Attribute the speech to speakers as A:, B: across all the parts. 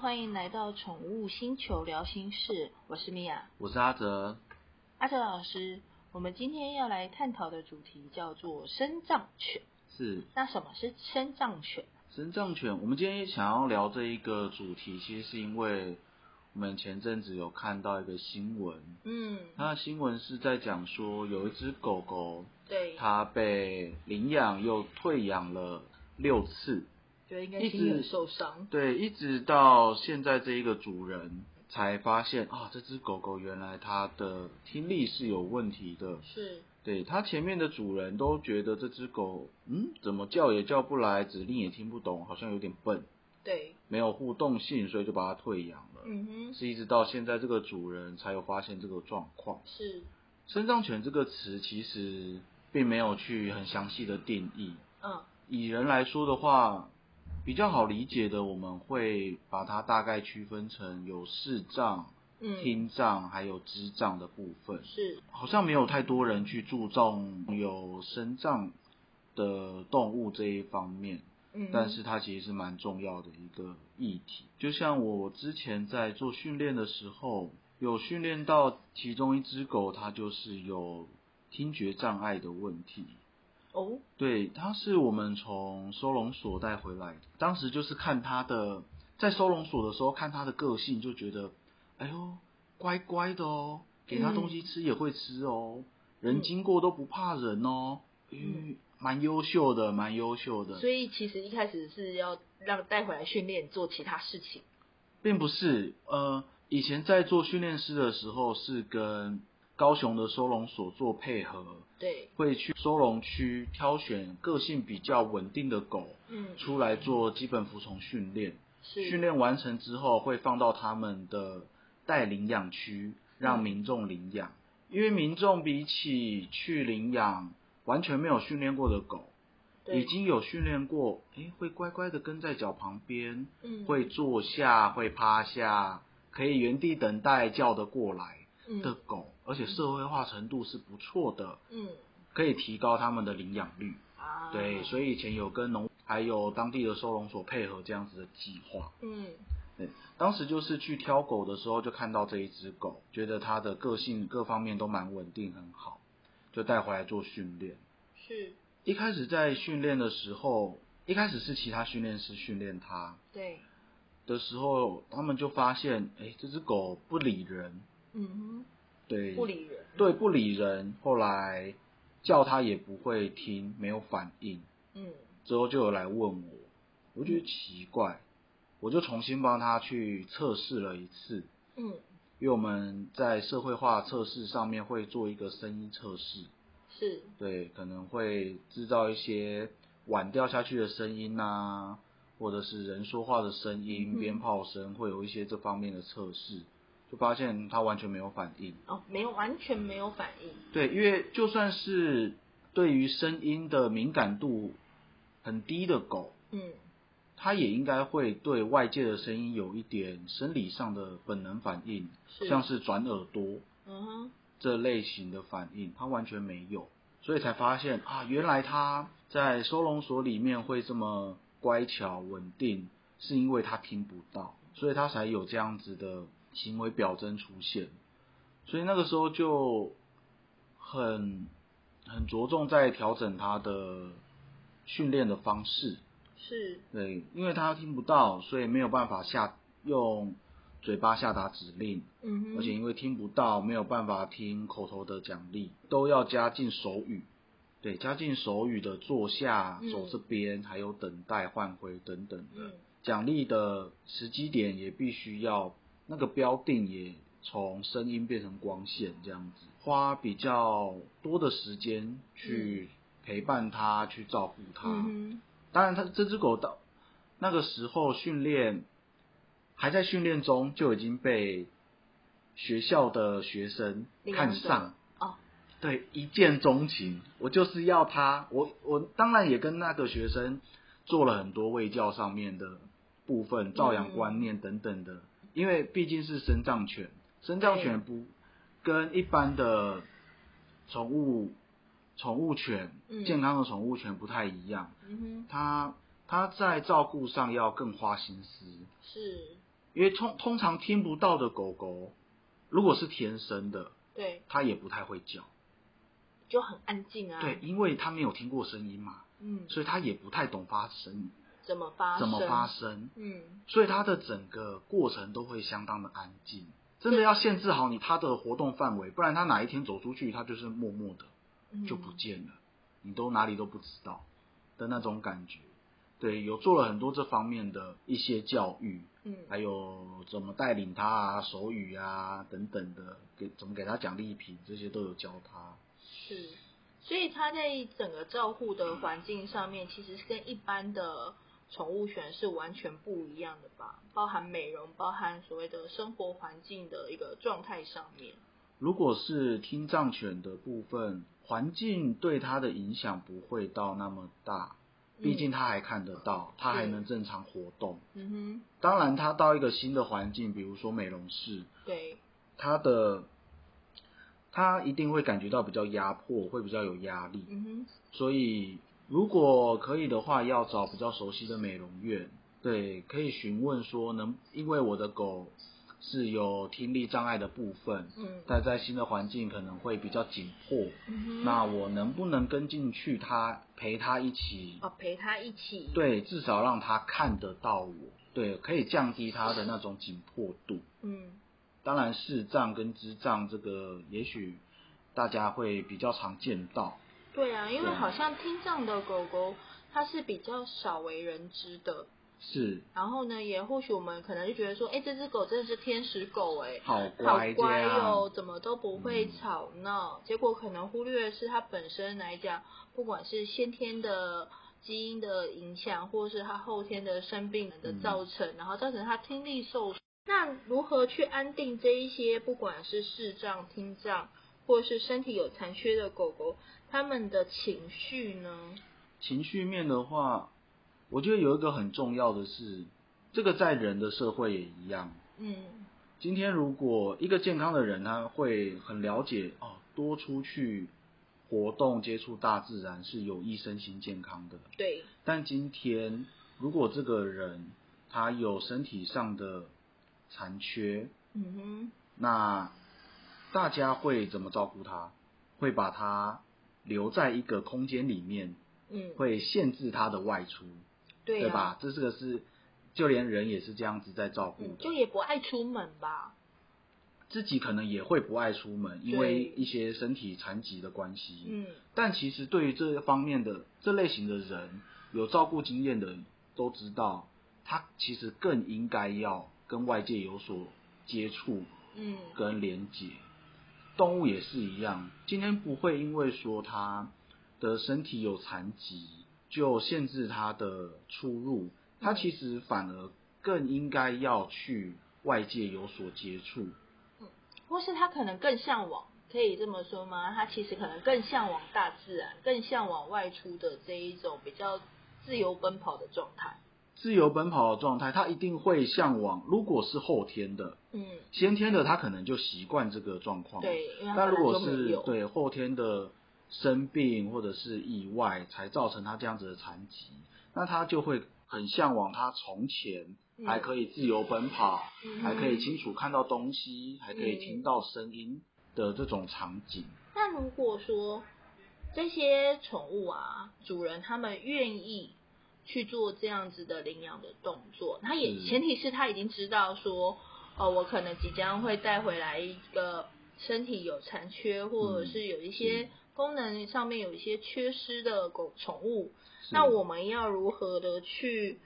A: 欢迎来到宠物星球聊心事，我是米娅，
B: 我是阿哲。
A: 阿哲老师。我们今天要来探讨的主题叫做生藏犬。
B: 是
A: 那什么是生藏犬？
B: 生藏犬，我们今天想要聊这一个主题，其实是因为我们前阵子有看到一个新闻，
A: 嗯，
B: 那新闻是在讲说有一只狗狗，
A: 对，
B: 它被领养又退养了六次，
A: 觉得应该
B: 一
A: 心里很
B: 直
A: 受伤。
B: 对，一直到现在这一个主人才发现啊，这只狗狗原来它的听力是有问题的，
A: 是，
B: 对，它前面的主人都觉得这只狗，嗯，怎么叫也叫不来，指令也听不懂，好像有点笨，
A: 对，
B: 没有互动性，所以就把它退养了。
A: 嗯哼，
B: 是一直到现在这个主人才有发现这个状况。
A: 是，
B: 生障犬这个词其实并没有去很详细的定义。
A: 嗯，
B: 以人来说的话，比较好理解的，我们会把它大概区分成有视障、
A: 嗯，
B: 听障还有智障的部分。
A: 是，
B: 好像没有太多人去注重有生长的动物这一方面，
A: 嗯，
B: 但是它其实是蛮重要的一个议题。就像我之前在做训练的时候，有训练到其中一只狗，它就是有听觉障碍的问题。
A: 哦，
B: 对，它是我们从收容所带回来的，当时就是看它的，在收容所的时候看它的个性，就觉得，哎呦，乖乖的哦，给它
A: 嗯
B: 东西吃也会吃哦，人经过都不怕人哦，
A: 嗯
B: 嗯，蛮优秀的，蛮优秀的，
A: 所以其实一开始是要让带回来训练做其他事情。
B: 并不是，呃，以前在做训练师的时候是跟高雄的收容所做配合，
A: 对，
B: 会去收容区挑选个性比较稳定的狗。
A: 嗯，
B: 出来做基本服从训练，
A: 是
B: 训，练完成之后会放到他们的待领养区，让民众领养。因为民众比起去领养完全没有训练过的狗，
A: 对
B: 已经有训练过，诶，会乖乖的跟在脚旁边，
A: 嗯
B: 会坐下，会趴下，可以原地等待叫得过来的
A: 嗯
B: 狗，而且社会化程度是不错的，
A: 嗯
B: 可以提高他们的领养率。
A: 啊，
B: 对，所以以前有跟农还有当地的收容所配合这样子的计划。
A: 嗯
B: 当时就是去挑狗的时候，就看到这一只狗，觉得它的个性各方面都蛮稳定，很好，就带回来做训练。
A: 是，
B: 一开始在训练的时候，一开始是其他训练师训练它
A: 对，
B: 的时候，他们就发现，哎，这只狗不理人，
A: 嗯
B: 对，
A: 哼，不理人，
B: 对，不理人。后来叫它也不会听，没有反应。
A: 嗯
B: 之后就有来问我，我觉得奇怪，我就重新帮他去测试了一次，
A: 嗯
B: 因为我们在社会化测试上面会做一个声音测试，
A: 是，
B: 对，可能会制造一些碗掉下去的声音啊，或者是人说话的声音、
A: 嗯
B: 鞭炮声，会有一些这方面的测试，就发现他完全没有反应。
A: 哦，没有，完全没有反应。
B: 对，因为就算是对于声音的敏感度很低的狗，
A: 嗯，
B: 它也应该会对外界的声音有一点生理上的本能反应，
A: 是，
B: 像是转耳朵
A: 嗯哼，
B: 这类型的反应，它完全没有，所以才发现啊，原来它在收容所里面会这么乖巧稳定，是因为它听不到，所以它才有这样子的行为表征出现，所以那个时候就很很着重在调整它的训练的方式。
A: 是，
B: 对，因为他听不到，所以没有办法下用嘴巴下达指令，
A: 嗯哼，
B: 而且因为听不到，没有办法听口头的奖励，都要加进手语。对，加进手语的坐下、
A: 嗯
B: 走这边，还有等待、换回等等的
A: 嗯
B: 奖励的时机点也必须要那个标定也从声音变成光线这样子，花比较多的时间去陪伴他，去照顾他。
A: 嗯哼，
B: 当然，它这只狗到那个时候训练还在训练中，就已经被学校的学生
A: 领养
B: 看
A: 者
B: 上
A: 哦。
B: 对，一见钟情，我就是要它。我我当然也跟那个学生做了很多卫教上面的部分，照养观念等等的。因为毕竟是生障犬，生障犬不跟一般的宠物宠物犬、
A: 嗯
B: 健康的宠物犬不太一样。
A: 嗯哼，
B: 他他在照顾上要更花心思，
A: 是，
B: 因为通通常听不到的狗狗，如果是天生的，
A: 对，
B: 它也不太会叫。
A: 就很安静啊。
B: 对，，因为它没有听过声音嘛，
A: 嗯，
B: 所以它也不太懂发声
A: 怎么发
B: 怎么
A: 声
B: 发声，
A: 嗯，
B: 所以它的整个过程都会相当的安静。真的要限制好你它的活动范围，不然它哪一天走出去，它就是默默的。
A: 嗯
B: 就不见了，你都哪里都不知道的那种感觉。对，有做了很多这方面的一些教育，
A: 嗯
B: 还有怎么带领他啊、手语啊等等的，给怎么给他奖励品，这些都有教他。
A: 是，所以它在整个照护的环境上面，其实是跟一般的宠物犬是完全不一样的吧？包含美容，包含所谓的生活环境的一个状态上面。
B: 如果是听障犬的部分，环境对它的影响不会到那么大，嗯
A: 嗯
B: 毕竟它还看得到，它还能正常活动。
A: 嗯，嗯
B: 当然，它到一个新的环境，比如说美容室，
A: 哼，对，
B: 他的他一定会感觉到比较压迫，会比较有压力。
A: 嗯哼，
B: 所以如果可以的话，要找比较熟悉的美容院，对，可以询问说能，因为我的狗是有听力障碍的部分，
A: 嗯，
B: 它在新的环境可能会比较紧迫，
A: 嗯哼，
B: 那我能不能跟进去它，陪它一起？
A: 哦，陪它一起，，
B: 对，至少让它看得到我，对，可以降低它的那种紧迫度。
A: 嗯，
B: 当然，视障跟智障这个，也许大家会比较常见到。
A: 对啊，因为
B: 对
A: 好像听障的狗狗，它是比较少为人知的。
B: 是
A: 然后呢，也或许我们可能就觉得说，哎，这只狗真的是天使狗，哎，
B: 好
A: 好
B: 乖这
A: 乖哦
B: 样，
A: 哟、怎么都不会吵闹。结果可能忽略的是它本身来讲，不管是先天的基因的影响，或是它后天的生病的造成，然后造成它听力受损。那如何去安定这一些不管是视障、听障，或是身体有残缺的狗狗，它们的情绪呢？
B: 情绪面的话，我觉得有一个很重要的是，这个在人的社会也一样。
A: 嗯，
B: 今天如果一个健康的人，他会很了解哦，多出去活动、接触大自然是有益身心健康的。
A: 对，
B: 但今天如果这个人他有身体上的残缺，
A: 嗯哼，
B: 那大家会怎么照顾它？会把它留在一个空间里面，
A: 嗯，
B: 会限制它的外出，
A: 对啊
B: 吧？这是个是，就连人也是这样子在照顾
A: 嗯，
B: 的，
A: 就也不爱出门吧。
B: 自己可能也会不爱出门，因
A: 对
B: 为一些身体残疾的关系。
A: 嗯，
B: 但其实对于这方面的这类型的人，有照顾经验的人都知道，他其实更应该要跟外界有所接触，
A: 嗯，
B: 跟连接。动物也是一样，今天不会因为说它的身体有残疾就限制它的出入，它其实反而更应该要去外界有所接触。
A: 或是他可能更向往，可以这么说吗？他其实可能更向往大自然，更向往外出的这一种比较自由奔跑的状态。
B: 自由奔跑的状态，它一定会向往。如果是后天的，
A: 嗯，
B: 先天的，它可能就习惯这个状况。。
A: 对，因为他
B: 但哦如
A: 本来
B: 果
A: 就没
B: 是
A: 有，
B: 对后天的生病或者是意外才造成他这样子的残疾，那他就会很向往他从前
A: 嗯
B: 还可以自由奔跑，
A: 嗯
B: 还可以清楚看到东西，还可以听到声音的这种场景。
A: 那如果说这些宠物啊，主人他们愿意去做这样子的领养的动作，他也
B: 嗯
A: 前提是他已经知道说，哦，我可能即将会带回来一个身体有残缺，或者是有一些
B: 嗯是
A: 功能上面有一些缺失的狗宠物，
B: 是
A: 那我们要如何的去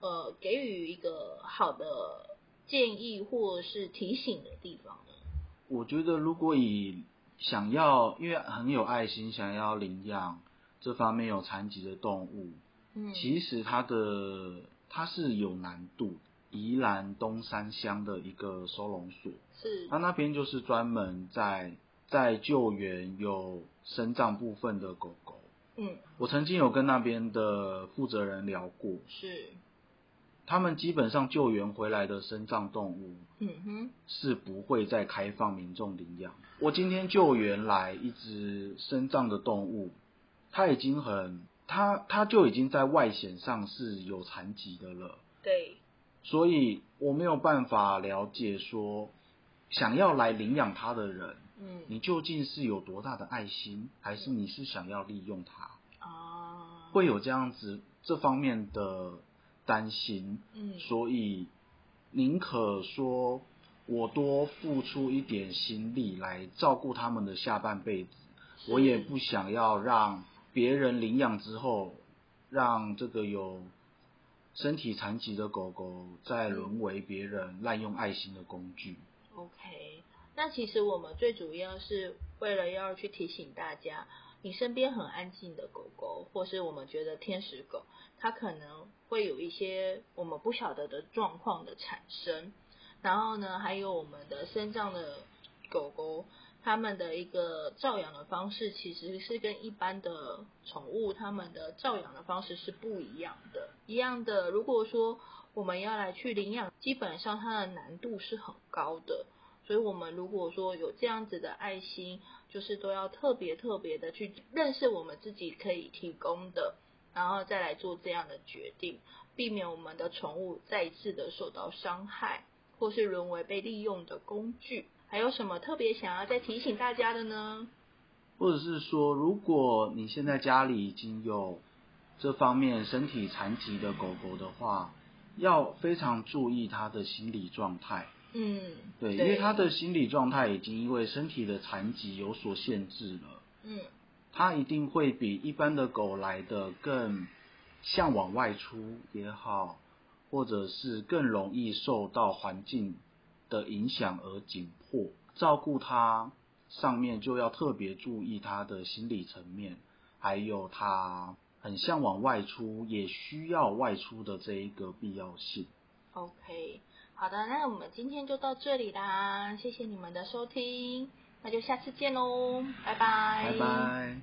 A: 呃给予一个好的建议或者是提醒的地方呢？
B: 我觉得如果以想要因为很有爱心，想要领养这方面有残疾的动物，
A: 嗯，
B: 其实它的它是有难度的。宜兰东山乡的一个收容所，
A: 是
B: 他那边就是专门在在救援有生长部分的狗狗。
A: 嗯
B: 我曾经有跟那边的负责人聊过，
A: 是。
B: 他们基本上救援回来的生长动物
A: 嗯哼，
B: 是不会再开放民众领养。我今天救援来一只生长的动物，它已经很它它就已经在外显上是有残疾的了。
A: 对，
B: 所以我没有办法了解说，想要来领养他的人，
A: 嗯，
B: 你究竟是有多大的爱心，还是你是想要利用他？
A: 啊，
B: 会有这样子这方面的担心，
A: 嗯
B: 所以宁可说我多付出一点心力来照顾他们的下半辈子，
A: 是
B: 我也不想要让别人领养之后，让这个有身体残疾的狗狗再沦为别人滥用爱心的工具。
A: OK，那其实我们最主要是为了要去提醒大家，你身边很安静的狗狗，或是我们觉得天使狗，它可能会有一些我们不晓得的状况的产生。然后呢，还有我们的身障的狗狗，它们的一个照养的方式其实是跟一般的宠物它们的照养的方式是不一样的。一样的，如果说我们要来去领养，基本上它的难度是很高的。所以，我们如果说有这样子的爱心，就是都要特别特别的去认识我们自己可以提供的，然后再来做这样的决定，避免我们的宠物再一次的受到伤害，或是沦为被利用的工具。还有什么特别想要再提醒大家的呢？
B: 或者是说，如果你现在家里已经有这方面身体残疾的狗狗的话，要非常注意它的心理状态。
A: 嗯，
B: 对，因为它的心理状态已经因为身体的残疾有所限制了，
A: 嗯
B: 它一定会比一般的狗来的更向往外出也好，或者是更容易受到环境的影响而紧迫。照顾它上面就要特别注意它的心理层面，还有它很向往外出，也需要外出的这一个必要性。
A: ，OK，好的，那我们今天就到这里啦，谢谢你们的收听，那就下次见喽，拜拜，
B: 拜拜。